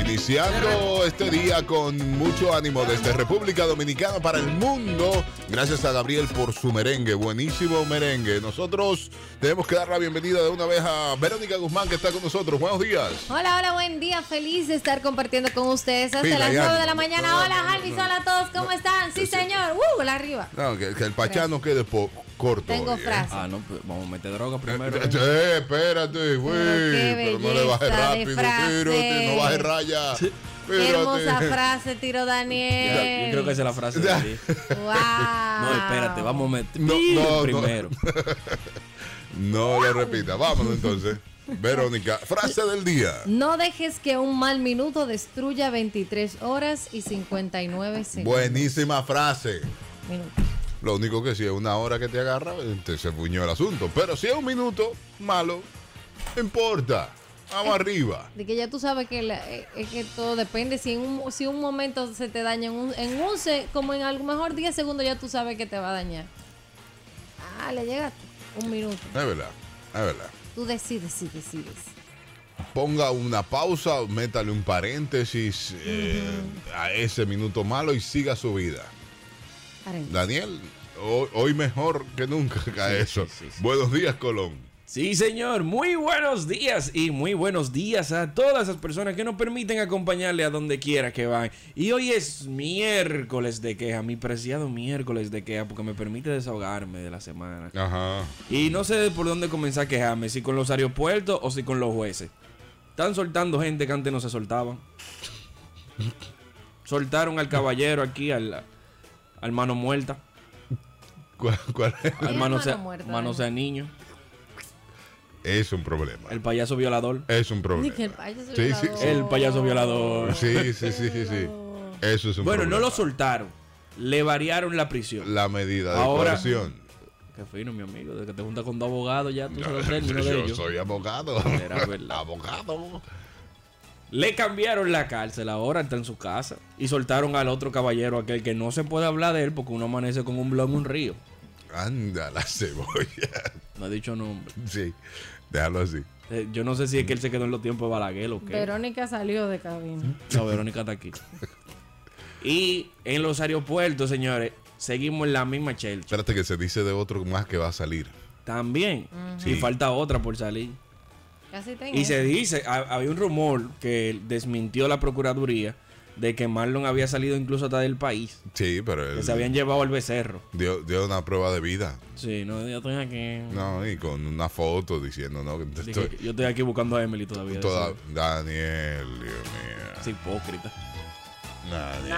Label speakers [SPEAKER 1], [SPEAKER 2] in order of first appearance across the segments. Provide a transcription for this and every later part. [SPEAKER 1] Iniciando este día con mucho ánimo desde República Dominicana para el mundo. Gracias a Gabriel por su merengue, buenísimo merengue. Nosotros tenemos que dar la bienvenida de una vez a Verónica Guzmán que está con nosotros. Buenos días.
[SPEAKER 2] Hola, hola, buen día. Feliz de estar compartiendo con ustedes hasta
[SPEAKER 1] Pila,
[SPEAKER 2] las
[SPEAKER 1] ya.
[SPEAKER 2] 9 de la mañana.
[SPEAKER 1] No,
[SPEAKER 2] hola,
[SPEAKER 1] no, no,
[SPEAKER 2] Jarvis,
[SPEAKER 1] no.
[SPEAKER 2] hola a todos. ¿Cómo están? Sí, señor. ¡Uh! La arriba.
[SPEAKER 1] No, que, que el pachano quede po- corto.
[SPEAKER 2] Tengo
[SPEAKER 1] hoy, ¿eh?
[SPEAKER 2] frase.
[SPEAKER 3] Ah, no, pues vamos a meter droga primero.
[SPEAKER 1] Eh, eh, espérate, güey.
[SPEAKER 2] qué
[SPEAKER 1] Pero no le
[SPEAKER 2] belleza
[SPEAKER 1] bajes
[SPEAKER 2] de
[SPEAKER 1] rápido,
[SPEAKER 2] frase.
[SPEAKER 1] tírate, no bajes raya.
[SPEAKER 2] Qué hermosa
[SPEAKER 1] Espérate.
[SPEAKER 2] frase, tiro
[SPEAKER 3] Ya,
[SPEAKER 2] Daniel.
[SPEAKER 3] yo creo que esa es la frase de ti.
[SPEAKER 2] ¡Wow! Ah.
[SPEAKER 3] No, espérate, vamos a meter
[SPEAKER 1] No, no, no.
[SPEAKER 3] primero.
[SPEAKER 1] No le repita. Vámonos entonces. Verónica, frase del día.
[SPEAKER 2] No dejes que un mal minuto destruya 23 horas y 59 segundos.
[SPEAKER 1] Buenísima frase.
[SPEAKER 2] Minutos.
[SPEAKER 1] Lo único que si es una hora que te agarra, te se puñó el asunto. Pero si es un minuto malo, no importa. Vamos arriba.
[SPEAKER 2] De que ya tú sabes que, la- eh, es que todo depende. Si en un, si un momento se te daña, en un, en un se- como en a lo mejor 10 segundos, ya tú sabes que te va a dañar. Ah, le llegaste. Un minuto.
[SPEAKER 1] Es verdad, es verdad.
[SPEAKER 2] Tú decides si decides.
[SPEAKER 1] Ponga una pausa, métale un paréntesis eh, a ese minuto malo y siga su vida.
[SPEAKER 2] Arena.
[SPEAKER 1] Daniel, ho- hoy mejor que nunca a
[SPEAKER 3] Sí,
[SPEAKER 1] eso.
[SPEAKER 3] sí, sí, sí.
[SPEAKER 1] Buenos días, Colón.
[SPEAKER 3] Sí, señor. Muy buenos días y muy buenos días a todas esas personas que nos permiten acompañarle a donde quiera que van. Y hoy es miércoles de queja, mi preciado miércoles de queja, porque me permite desahogarme de la semana.
[SPEAKER 1] Ajá.
[SPEAKER 3] Y no sé por dónde comenzar a quejarme, si con los aeropuertos o si con los jueces. Están soltando gente que antes no se soltaban. Soltaron al caballero aquí, al, al mano muerta,
[SPEAKER 1] ¿Cuál, cuál es?
[SPEAKER 2] ¿Qué
[SPEAKER 3] al
[SPEAKER 2] es
[SPEAKER 3] mano,
[SPEAKER 2] mano
[SPEAKER 3] sea,
[SPEAKER 2] muerta,
[SPEAKER 3] mano
[SPEAKER 2] Dani?
[SPEAKER 3] sea niño,
[SPEAKER 1] Es un problema.
[SPEAKER 3] el payaso violador.
[SPEAKER 1] Es un problema.
[SPEAKER 2] Ni que el
[SPEAKER 1] Sí,
[SPEAKER 2] payaso
[SPEAKER 1] sí,
[SPEAKER 2] violador.
[SPEAKER 1] sí.
[SPEAKER 3] El payaso violador.
[SPEAKER 1] Sí, sí, sí, sí, sí. Eso es un
[SPEAKER 3] Bueno, no
[SPEAKER 1] problema.
[SPEAKER 3] lo soltaron, le variaron la prisión.
[SPEAKER 1] La medida de
[SPEAKER 3] Ahora-
[SPEAKER 1] coerción.
[SPEAKER 3] Qué fino, mi amigo, de que te juntas con dos abogados ya tú sabes el término de
[SPEAKER 1] Yo
[SPEAKER 3] ellos.
[SPEAKER 1] soy abogado.
[SPEAKER 3] Era verdad.
[SPEAKER 1] Abogado.
[SPEAKER 3] Le cambiaron la cárcel, ahora está en su casa. Y soltaron al otro caballero, aquel que no se puede hablar de él porque uno amanece con un blog en un río.
[SPEAKER 1] Anda la cebolla.
[SPEAKER 3] No he dicho nombre.
[SPEAKER 1] Sí, déjalo así.
[SPEAKER 3] Eh, yo no sé si es que él se quedó en los tiempos de Balaguer o qué.
[SPEAKER 2] Verónica salió de cabina.
[SPEAKER 3] No, Verónica está aquí. Y en los aeropuertos, señores, seguimos en la misma chelcha.
[SPEAKER 1] Espérate que se dice de otro más que va a salir.
[SPEAKER 3] También.
[SPEAKER 1] Sí.
[SPEAKER 3] Y falta otra por salir.
[SPEAKER 2] Casi tengo.
[SPEAKER 3] Y se dice, ha- había un rumor que desmintió la Procuraduría de que Marlon había salido incluso hasta del país.
[SPEAKER 1] Sí, pero
[SPEAKER 3] Que
[SPEAKER 1] él
[SPEAKER 3] se habían llevado al becerro.
[SPEAKER 1] dio, dio una prueba de vida.
[SPEAKER 3] Sí, no, yo estoy aquí.
[SPEAKER 1] No, y con una foto diciendo, no, que te
[SPEAKER 3] Mm. Dije,
[SPEAKER 1] estoy.
[SPEAKER 3] yo estoy aquí buscando a Emily todavía.
[SPEAKER 1] toda-
[SPEAKER 3] Eso
[SPEAKER 1] Daniel, Dios mío.
[SPEAKER 3] Es hipócrita.
[SPEAKER 1] Daniel.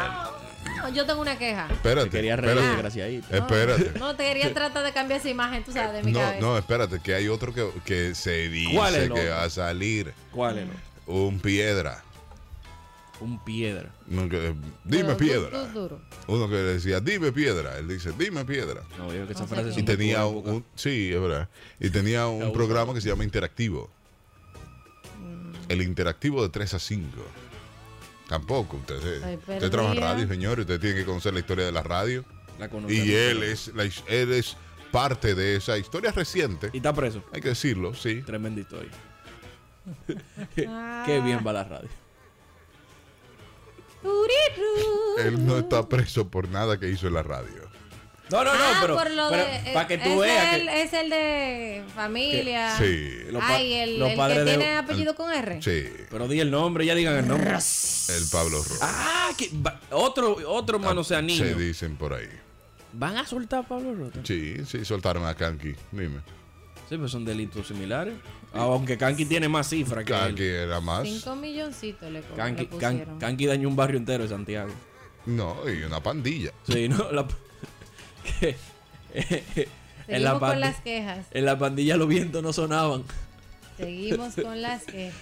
[SPEAKER 2] No, yo tengo una queja.
[SPEAKER 1] Espérate.
[SPEAKER 3] Te quería reír,
[SPEAKER 1] espérate.
[SPEAKER 3] desgraciadito.
[SPEAKER 1] Eh, Espérate.
[SPEAKER 2] No, te quería tratar de cambiar esa imagen, tú sabes, de mi
[SPEAKER 1] No,
[SPEAKER 2] cabeza.
[SPEAKER 1] no, espérate, que hay otro que, que se
[SPEAKER 3] ¿Cuál es
[SPEAKER 1] dice
[SPEAKER 3] el
[SPEAKER 1] que
[SPEAKER 3] otro?
[SPEAKER 1] va a salir
[SPEAKER 3] ¿Cuál es? no?
[SPEAKER 1] un piedra.
[SPEAKER 3] Un piedra.
[SPEAKER 1] No, que- dime
[SPEAKER 2] Pero du-
[SPEAKER 1] piedra.
[SPEAKER 2] du- duro.
[SPEAKER 1] Uno que le decía, dime piedra. Él dice, dime piedra.
[SPEAKER 3] No, yo que esa
[SPEAKER 2] No sé
[SPEAKER 3] frase
[SPEAKER 2] qué.
[SPEAKER 1] Y
[SPEAKER 2] Sí,
[SPEAKER 3] son de
[SPEAKER 1] tenía
[SPEAKER 3] tu
[SPEAKER 1] un,
[SPEAKER 3] época.
[SPEAKER 1] un- sí, es verdad. Y tenía un
[SPEAKER 3] uso.
[SPEAKER 1] programa que se llama Interactivo.
[SPEAKER 2] Mm.
[SPEAKER 1] El interactivo de 3 a 5. Tampoco, usted,
[SPEAKER 2] Ay,
[SPEAKER 1] usted trabaja en
[SPEAKER 2] perdida.
[SPEAKER 1] radio, señor, y usted tiene que conocer la historia de la radio.
[SPEAKER 3] La conocí.
[SPEAKER 1] Y él es, la his- él es parte de esa historia reciente,
[SPEAKER 3] Y está preso.
[SPEAKER 1] hay que decirlo, sí.
[SPEAKER 3] Tremenda historia. Qué
[SPEAKER 2] Ah.
[SPEAKER 3] bien va la radio.
[SPEAKER 2] Turirú.
[SPEAKER 1] Él no está preso por nada que hizo en la radio.
[SPEAKER 3] No, no, no,
[SPEAKER 2] ah,
[SPEAKER 3] pero,
[SPEAKER 2] por lo de,
[SPEAKER 3] para que
[SPEAKER 2] es
[SPEAKER 3] tú veas
[SPEAKER 2] El,
[SPEAKER 3] que
[SPEAKER 2] Es el de familia.
[SPEAKER 1] Sí,
[SPEAKER 3] los pa-
[SPEAKER 2] Ay, el,
[SPEAKER 3] los
[SPEAKER 2] el que
[SPEAKER 3] padres de-
[SPEAKER 2] tiene apellido con R.
[SPEAKER 1] sí,
[SPEAKER 3] pero di el nombre, ya digan el nombre.
[SPEAKER 1] el Pablo Rojas.
[SPEAKER 3] Ah, que va- otro otro mano sea niño.
[SPEAKER 1] Ah, Se dicen por ahí.
[SPEAKER 3] Van a soltar a Pablo Rota. Sí,
[SPEAKER 1] Sí, sí, soltaron a Kanki. Dime.
[SPEAKER 3] pero son delitos similares. Aunque Kanki tiene más cifras que
[SPEAKER 1] Kanki
[SPEAKER 3] él.
[SPEAKER 1] era más.
[SPEAKER 2] Cinco milloncitos le, co-
[SPEAKER 3] Kanki,
[SPEAKER 2] le pusieron.
[SPEAKER 3] Kan- Kanki dañó un barrio entero de Santiago.
[SPEAKER 1] No, y una pandilla.
[SPEAKER 3] Sí, no, la que- en, la
[SPEAKER 2] Seguimos con
[SPEAKER 3] pandi-
[SPEAKER 2] las quejas.
[SPEAKER 3] en la pandilla los vientos no sonaban.
[SPEAKER 2] Seguimos con las quejas.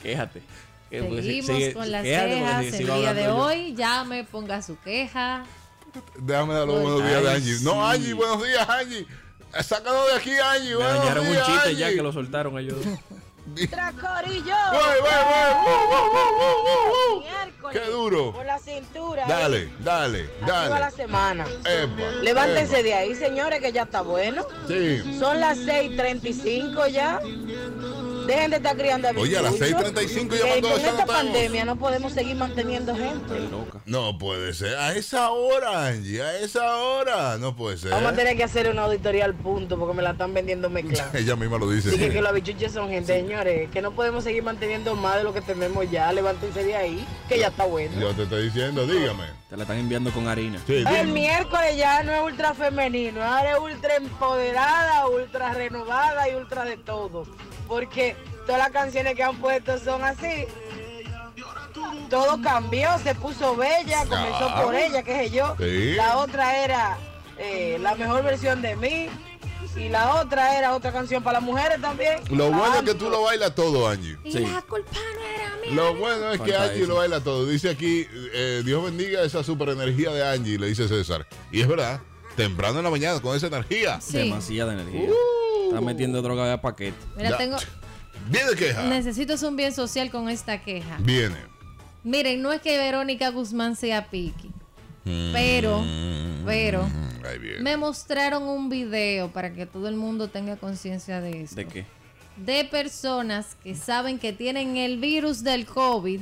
[SPEAKER 3] Quéjate. Que- porque si-
[SPEAKER 2] Seguimos
[SPEAKER 3] sigue-
[SPEAKER 2] con las
[SPEAKER 3] quéjate porque
[SPEAKER 2] quejas.
[SPEAKER 3] si-
[SPEAKER 2] el
[SPEAKER 3] sigo
[SPEAKER 2] día
[SPEAKER 3] hablando
[SPEAKER 2] de
[SPEAKER 3] yo.
[SPEAKER 2] hoy, llame, ponga su queja.
[SPEAKER 1] Déjame dar los buenos días de
[SPEAKER 3] Ay,
[SPEAKER 1] Angie.
[SPEAKER 3] sí.
[SPEAKER 1] No, Angie, buenos días, Angie. Sácalo de aquí, Angie.
[SPEAKER 3] Me
[SPEAKER 1] buenos
[SPEAKER 3] dañaron un
[SPEAKER 1] días,
[SPEAKER 3] chiste
[SPEAKER 1] Angie.
[SPEAKER 3] ya que lo soltaron ellos.
[SPEAKER 4] Tracorillo.
[SPEAKER 1] Voy, voy, voy. Uh, uh, uh, uh, uh.
[SPEAKER 4] Miércoles.
[SPEAKER 1] Qué duro.
[SPEAKER 4] Por la cintura.
[SPEAKER 1] Dale, dale,
[SPEAKER 4] Toda la
[SPEAKER 1] dale.
[SPEAKER 4] semana.
[SPEAKER 1] Epa,
[SPEAKER 4] Levántense de ahí, señores, que ya está bueno.
[SPEAKER 1] epa. Sí.
[SPEAKER 4] Son las 6:35 ya. Dejen de estar criando a
[SPEAKER 1] Oye, a las
[SPEAKER 4] bichuchos,
[SPEAKER 1] 6:35
[SPEAKER 4] que
[SPEAKER 1] llamando a
[SPEAKER 4] Con esta
[SPEAKER 1] Shannon Towns.
[SPEAKER 4] pandemia no podemos seguir manteniendo gente.
[SPEAKER 3] Estoy loca.
[SPEAKER 1] No puede ser. A esa hora, Angie, a esa hora. No puede ser.
[SPEAKER 4] Vamos a tener que hacer una auditoría al punto porque me la están vendiendo mezclada.
[SPEAKER 1] Ella misma lo dice.
[SPEAKER 4] Así que, que los bichuches son gente, señores, que no podemos seguir manteniendo más de lo que tenemos ya. Levántense de ahí, que ya está bueno.
[SPEAKER 1] Yo te estoy diciendo, dígame.
[SPEAKER 3] Te la están enviando con harina.
[SPEAKER 1] Sí,
[SPEAKER 4] El
[SPEAKER 1] dime.
[SPEAKER 4] miércoles ya no es ultra femenino, ahora es ultra empoderada, ultra renovada y ultra de todo. Porque todas las canciones que han puesto son así. Todo cambió, se puso bella, comenzó
[SPEAKER 1] Claro.
[SPEAKER 4] por ella, qué sé yo.
[SPEAKER 1] Sí.
[SPEAKER 4] La otra era eh, la mejor versión de mí. Y la otra era otra canción para las mujeres también.
[SPEAKER 1] Lo bueno es
[SPEAKER 4] Tanto.
[SPEAKER 1] que tú lo bailas todo, Angie.
[SPEAKER 2] Y
[SPEAKER 3] Sí.
[SPEAKER 2] la culpa no era mía.
[SPEAKER 1] Lo bueno es que
[SPEAKER 3] Falta
[SPEAKER 1] Angie
[SPEAKER 3] eso.
[SPEAKER 1] lo baila todo. Dice aquí, eh, Dios bendiga esa super energía de Angie, le dice César. Y es verdad, temprano en la mañana con esa energía.
[SPEAKER 2] Sí.
[SPEAKER 3] Demasiada energía. Está metiendo droga de paquete.
[SPEAKER 2] Mira,
[SPEAKER 1] Ya.
[SPEAKER 2] tengo.
[SPEAKER 1] Viene queja.
[SPEAKER 2] Necesito un bien social con esta queja.
[SPEAKER 1] Viene.
[SPEAKER 2] Miren, no es que Verónica Guzmán sea piqui, pero, pero,
[SPEAKER 1] Mm, Ahí viene.
[SPEAKER 2] me mostraron un video para que todo el mundo tenga conciencia de esto.
[SPEAKER 3] ¿De qué?
[SPEAKER 2] de personas que saben que tienen el virus del COVID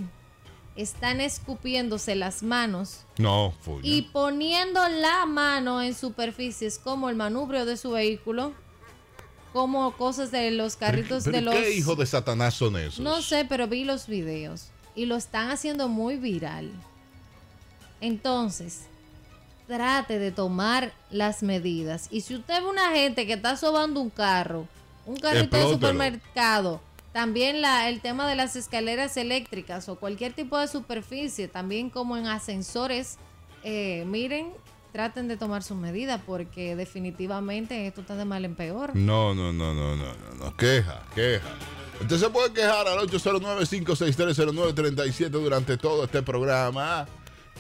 [SPEAKER 2] están escupiéndose las manos
[SPEAKER 1] No, full.
[SPEAKER 2] y poniendo la mano en superficies como el manubrio de su vehículo, como cosas de los carritos
[SPEAKER 1] ¿Pero
[SPEAKER 2] de los...
[SPEAKER 1] ¿Qué hijo de Satanás son esos?
[SPEAKER 2] No sé, pero vi los videos y lo están haciendo muy viral. Entonces, trate de tomar las medidas. Y si usted ve una gente que está sobando un carro, un carrito de
[SPEAKER 1] Explótelo.
[SPEAKER 2] supermercado, también la, el tema de las escaleras eléctricas o cualquier tipo de superficie, también como en ascensores, eh, miren, traten de tomar sus medidas porque definitivamente esto está de mal en peor.
[SPEAKER 1] No, no, no, no, no, no, no. Queja, queja. Usted se puede quejar al 809-56309-37 durante todo este programa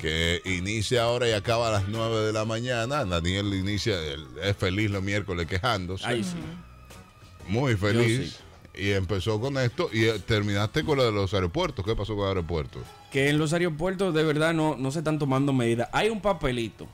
[SPEAKER 1] que inicia ahora y acaba a las 9 de la mañana. Daniel inicia, el- es feliz los miércoles quejándose.
[SPEAKER 3] Ahí sí.
[SPEAKER 1] Muy feliz.
[SPEAKER 3] sí.
[SPEAKER 1] Y empezó con esto y eh, terminaste con lo de los aeropuertos. ¿Qué pasó con los aeropuertos?
[SPEAKER 3] Que en los aeropuertos de verdad no, no se están tomando medidas. Hay un papelito.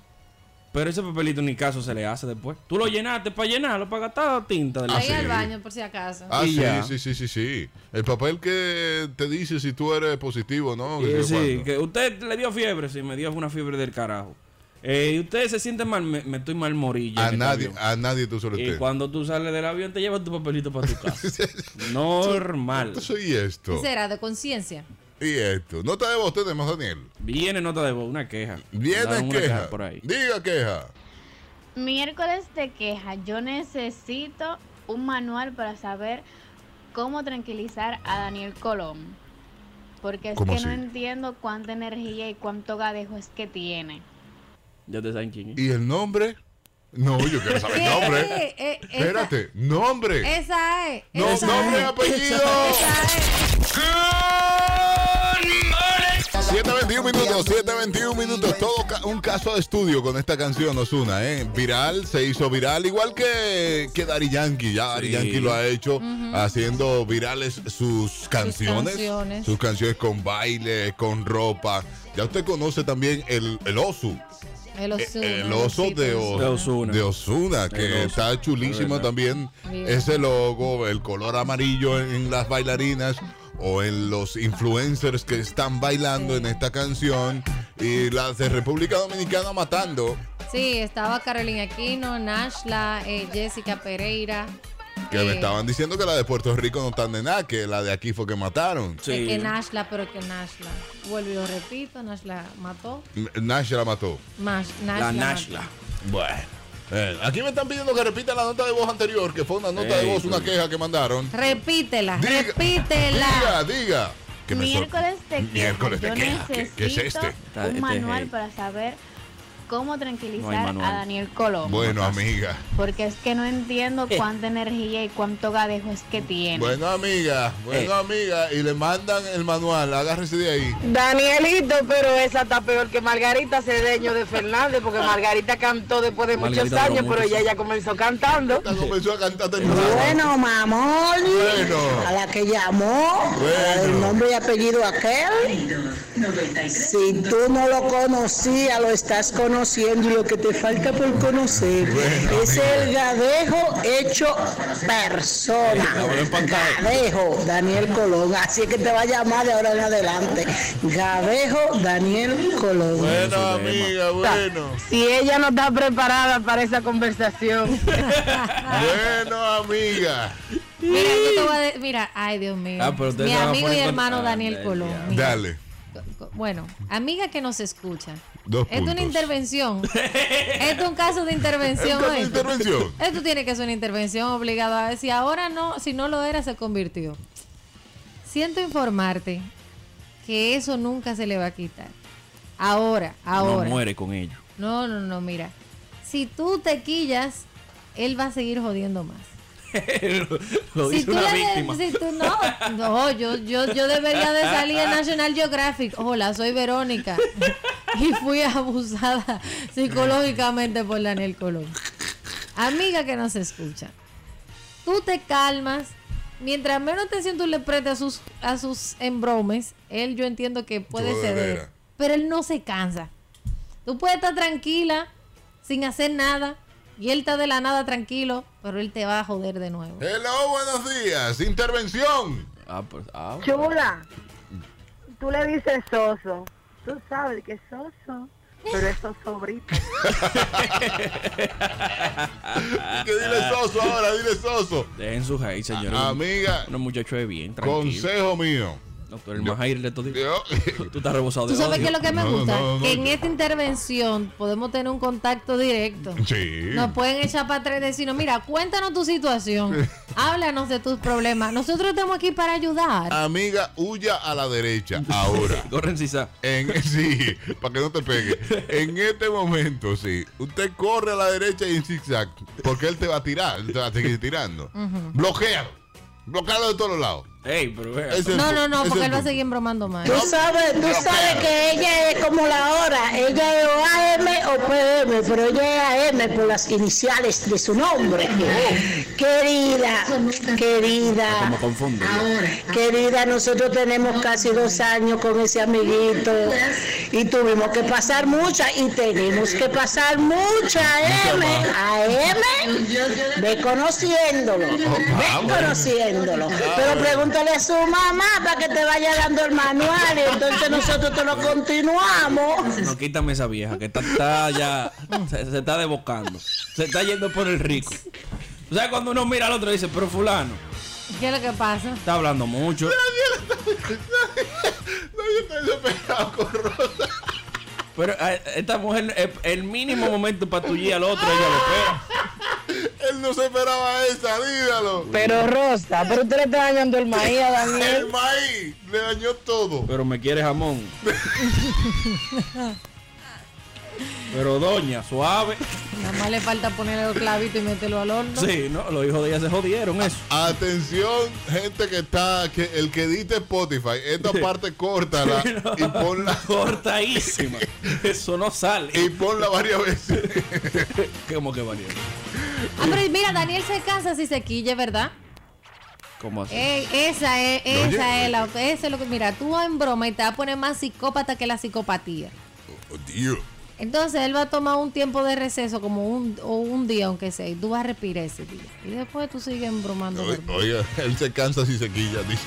[SPEAKER 3] Pero ese papelito ni caso se le hace después. Tú lo llenaste para llenarlo, para gastar tinta. De la-
[SPEAKER 1] Ah,
[SPEAKER 2] Ahí
[SPEAKER 1] sí.
[SPEAKER 2] al baño, por si acaso.
[SPEAKER 1] Ah,
[SPEAKER 3] Y
[SPEAKER 1] sí,
[SPEAKER 3] ya.
[SPEAKER 1] sí, sí, sí, sí. El papel que te dice si tú eres positivo, ¿no? Que
[SPEAKER 3] Eh,
[SPEAKER 1] sé
[SPEAKER 3] sí,
[SPEAKER 1] cuánto.
[SPEAKER 3] que usted le dio fiebre, sí, me dio una fiebre del carajo. Eh, y usted se siente mal, me, me estoy mal morilla.
[SPEAKER 1] A
[SPEAKER 3] en el
[SPEAKER 1] nadie, ah,
[SPEAKER 3] avión.
[SPEAKER 1] a nadie tú se lo
[SPEAKER 3] Y
[SPEAKER 1] tienes.
[SPEAKER 3] cuando tú sales del avión te llevas tu papelito para tu casa. Normal.
[SPEAKER 1] Soy esto.
[SPEAKER 2] ¿Qué será? ¿De conciencia?
[SPEAKER 1] Y esto, no te debo usted, tenemos Daniel.
[SPEAKER 3] Viene nota de voz, una queja. Mandaron
[SPEAKER 1] Viene
[SPEAKER 3] una
[SPEAKER 1] queja.
[SPEAKER 3] por ahí.
[SPEAKER 1] Diga queja.
[SPEAKER 5] Miércoles de queja. Yo necesito un manual para saber cómo tranquilizar a Daniel Colón. Porque es que
[SPEAKER 1] ¿Cómo
[SPEAKER 5] no
[SPEAKER 1] así?
[SPEAKER 5] entiendo cuánta energía y cuánto gadejo es que tiene.
[SPEAKER 3] Ya te saben quién es.
[SPEAKER 1] ¿Y el nombre? Pues No, yo quiero saber el
[SPEAKER 2] ¿Qué?
[SPEAKER 1] nombre.
[SPEAKER 2] Eh, esa-
[SPEAKER 1] Espérate, nombre.
[SPEAKER 2] Esa es.
[SPEAKER 1] No,
[SPEAKER 2] esa
[SPEAKER 1] nombre y
[SPEAKER 2] es.
[SPEAKER 1] apellido.
[SPEAKER 2] Esa es.
[SPEAKER 1] 721 minutos, 721 minutos. Todo ca- un caso de estudio con esta canción, Osuna, ¿eh? Viral, se hizo viral, igual que, que Dari Yankee. Ya Dari
[SPEAKER 3] Sí.
[SPEAKER 1] Yankee lo ha hecho, haciendo virales sus canciones.
[SPEAKER 2] canciones.
[SPEAKER 1] Sus canciones con baile, con ropa. Ya usted conoce también el, el Osu.
[SPEAKER 2] El oso.
[SPEAKER 1] Eh, el oso de,
[SPEAKER 3] De Ozuna.
[SPEAKER 1] Osuna, que
[SPEAKER 3] El oso.
[SPEAKER 1] está chulísimo
[SPEAKER 3] Es verdad.
[SPEAKER 1] también.
[SPEAKER 2] Bien.
[SPEAKER 1] Ese logo, el color amarillo en, en las bailarinas o en los influencers que están bailando en esta canción. Y las de República Dominicana matando.
[SPEAKER 2] Sí, estaba Carolina Aquino, Nashla, eh, Jessica Pereira. Eh,
[SPEAKER 1] Que me estaban diciendo que la de Puerto Rico no están de nada, que la de aquí fue que mataron.
[SPEAKER 2] Sí.
[SPEAKER 3] Sí.
[SPEAKER 2] que Nashla, pero que Nashla. Vuelvo y lo repito, Nashla mató.
[SPEAKER 1] N- Nash la mató.
[SPEAKER 2] Mas-
[SPEAKER 3] La
[SPEAKER 2] Nashla
[SPEAKER 3] Nashla.
[SPEAKER 2] mató.
[SPEAKER 1] Bueno. Eh, aquí me están pidiendo que repita la nota de voz anterior, que fue una nota de
[SPEAKER 3] Ey,
[SPEAKER 1] voz, una
[SPEAKER 3] sí.
[SPEAKER 1] queja que mandaron.
[SPEAKER 2] Repítela,
[SPEAKER 1] Diga,
[SPEAKER 2] repítela.
[SPEAKER 1] Diga, diga. Que me sor-
[SPEAKER 5] Miércoles de queja.
[SPEAKER 1] Miércoles de
[SPEAKER 5] Yo
[SPEAKER 1] queja. ¿Qué,
[SPEAKER 5] necesito
[SPEAKER 1] qué es este?
[SPEAKER 3] Está- este
[SPEAKER 5] un
[SPEAKER 3] es
[SPEAKER 5] manual
[SPEAKER 3] heavy.
[SPEAKER 5] para saber cómo tranquilizar
[SPEAKER 3] manual.
[SPEAKER 5] a Daniel Colón.
[SPEAKER 1] Bueno, amiga.
[SPEAKER 5] Porque es que no
[SPEAKER 3] Eh.
[SPEAKER 5] entiendo cuánta energía y cuánto gadejo es que tiene.
[SPEAKER 1] Bueno, amiga. Bueno,
[SPEAKER 3] Eh.
[SPEAKER 1] amiga. Y le mandan el manual. Agárrese de ahí.
[SPEAKER 4] Danielito, pero esa está peor que Margarita Cedeño de Fernández, porque Margarita cantó después de muchos
[SPEAKER 3] Margarita duró
[SPEAKER 4] años, pero
[SPEAKER 3] mucho.
[SPEAKER 4] ella ya comenzó cantando.
[SPEAKER 1] Esta comenzó a cantar temprano.
[SPEAKER 6] Bueno, mamón.
[SPEAKER 1] Bueno.
[SPEAKER 6] A la que llamó. a la del
[SPEAKER 1] Bueno.
[SPEAKER 6] nombre y apellido aquel. Si tú no lo conocías, lo estás conociendo y lo que te falta por conocer
[SPEAKER 1] Bueno,
[SPEAKER 6] es
[SPEAKER 1] mira.
[SPEAKER 6] el gadejo hecho persona.
[SPEAKER 1] Ahora en pantalla.
[SPEAKER 6] Gadejo Daniel Colón. Así es que te va a llamar de ahora en adelante. Gadejo Daniel Colón.
[SPEAKER 1] Buena amiga, bueno.
[SPEAKER 4] Si ella no está preparada para esa conversación.
[SPEAKER 1] Bueno, amiga.
[SPEAKER 2] Mira, yo te voy a de- mira, ay Dios mío.
[SPEAKER 3] Ah, pero ustedes
[SPEAKER 2] Mi
[SPEAKER 3] se van a
[SPEAKER 2] amigo y
[SPEAKER 3] poner con-
[SPEAKER 2] hermano
[SPEAKER 3] Ah,
[SPEAKER 2] Daniel
[SPEAKER 3] del
[SPEAKER 2] Colón.
[SPEAKER 3] diablo.
[SPEAKER 2] mira.
[SPEAKER 1] Dale.
[SPEAKER 2] Co- co- Bueno, amiga que nos escucha.
[SPEAKER 1] Dos
[SPEAKER 2] Esto es
[SPEAKER 1] puntos.
[SPEAKER 2] una intervención. Esto es un caso de intervención.
[SPEAKER 1] ¿Esta es tu
[SPEAKER 2] esto.
[SPEAKER 1] intervención?
[SPEAKER 2] Esto tiene que ser una intervención obligada. Si ahora no, si no lo era, se convirtió. Siento informarte que eso nunca se le va a quitar. Ahora,
[SPEAKER 3] No
[SPEAKER 2] ahora.
[SPEAKER 3] muere con ello.
[SPEAKER 2] No, no, no, mira. Si tú te quillas, él va a seguir jodiendo más.
[SPEAKER 3] Lo
[SPEAKER 2] Si
[SPEAKER 3] dice
[SPEAKER 2] tú,
[SPEAKER 3] una
[SPEAKER 2] le-
[SPEAKER 3] víctima.
[SPEAKER 2] si tú no, no, yo, yo, yo debería de salir en National Geographic. Hola, soy Verónica. Y fui abusada psicológicamente por Daniel Colón. Amiga que nos escucha, tú te calmas. Mientras menos atención tú le prestes a sus, a sus embromes, él yo entiendo que puede
[SPEAKER 1] Yo de veras.
[SPEAKER 2] ceder. Pero él no se cansa. Tú puedes estar tranquila, sin hacer nada, y él está de la nada tranquilo, pero él te va a joder de nuevo.
[SPEAKER 1] Hello, buenos días. Intervención.
[SPEAKER 3] Ah, pues, ah,
[SPEAKER 7] Chula, tú le dices soso. Tú sabes que es soso, pero es sobrito.
[SPEAKER 1] Que dile soso ahora, dile soso.
[SPEAKER 3] Dejen su hate, señores.
[SPEAKER 1] Ah, Amiga,
[SPEAKER 3] Unos muchachos de bien, tranquilo.
[SPEAKER 1] consejo mío.
[SPEAKER 3] No, tú eres el más hater de todos.
[SPEAKER 1] Yo-
[SPEAKER 3] Tú estás rebosado de
[SPEAKER 2] ¿Tú sabes
[SPEAKER 3] odio.
[SPEAKER 2] qué es lo que me
[SPEAKER 1] No,
[SPEAKER 2] gusta?
[SPEAKER 1] no, no,
[SPEAKER 2] que en
[SPEAKER 1] yo-
[SPEAKER 2] esta intervención podemos tener un contacto directo.
[SPEAKER 1] Sí.
[SPEAKER 2] Nos pueden echar para atrás y decirnos, mira, cuéntanos tu situación, háblanos de tus problemas. Nosotros estamos aquí para
[SPEAKER 1] Ah,
[SPEAKER 2] ayudar.
[SPEAKER 1] Amiga, huya a la derecha ahora.
[SPEAKER 3] Corren, Sisa.
[SPEAKER 1] En, sí, para que no te pegue. En este momento, sí. Usted corre a la derecha y en zigzag. Porque él te va a tirar. Él te va a seguir tirando. Bloquealo. Bloquealo de todos los lados.
[SPEAKER 3] Ey, pero vea.
[SPEAKER 1] Ese es
[SPEAKER 2] No,
[SPEAKER 1] tu-
[SPEAKER 2] no, no,
[SPEAKER 1] ese
[SPEAKER 2] porque
[SPEAKER 1] es
[SPEAKER 2] él va a
[SPEAKER 1] tu-
[SPEAKER 2] seguir bromando más.
[SPEAKER 6] Tú sabes, tú sabes que ella es como la hora, ella es o AM o PM, pero ella es AM por las iniciales de su nombre. Querida, querida,
[SPEAKER 2] Ah,
[SPEAKER 3] Me confundo.
[SPEAKER 6] querida, nosotros tenemos casi dos años con ese amiguito y tuvimos que pasar muchas y tenemos que pasar muchas AM, AM, ve conociéndolo, ve conociéndolo, pero pregúntale a su mamá para que te vaya dando el manual y entonces nosotros te lo continuamos.
[SPEAKER 3] No, quítame esa vieja que está, está ya. Se, se está desbocando. Se está yendo por el rico. O sea, cuando uno mira al otro y dice, pero Fulano,
[SPEAKER 2] ¿Qué es lo que pasa?
[SPEAKER 3] está hablando mucho.
[SPEAKER 1] No, yo estoy desesperado con Rosa.
[SPEAKER 3] Pero eh, esta mujer, eh, el, mínimo momento para tullir al otro, ella lo espera.
[SPEAKER 1] Él no se esperaba esa, dígalo.
[SPEAKER 4] Pero Rosa, pero usted le está dañando el maíz a
[SPEAKER 1] El
[SPEAKER 4] Daniel.
[SPEAKER 1] maíz le dañó todo.
[SPEAKER 3] Pero me quiere jamón. Pero doña, suave.
[SPEAKER 2] Nada más le falta ponerle los clavitos y meterlo al horno.
[SPEAKER 3] Sí, no, los hijos de ella se jodieron eso.
[SPEAKER 1] Atención, gente que está, que el que edite Spotify, esta parte córtala y ponla
[SPEAKER 3] Cortadísima. Eso no sale.
[SPEAKER 1] y ponla varias veces.
[SPEAKER 3] ¿Cómo que valió?
[SPEAKER 2] Ah, pero mira, Daniel se cansa si se quille, ¿verdad?
[SPEAKER 3] ¿Cómo así?
[SPEAKER 2] Ey, esa es, esa es la, eso es lo que, mira, tú vas en broma y te vas a poner más psicópata que la psicopatía.
[SPEAKER 1] Oh, Dios.
[SPEAKER 2] Entonces él va a tomar un tiempo de receso, como un, o un día, aunque sea, y tú vas a respirar ese día. Y después tú sigues bromando.
[SPEAKER 1] Oiga, él se cansa si se quilla, dice.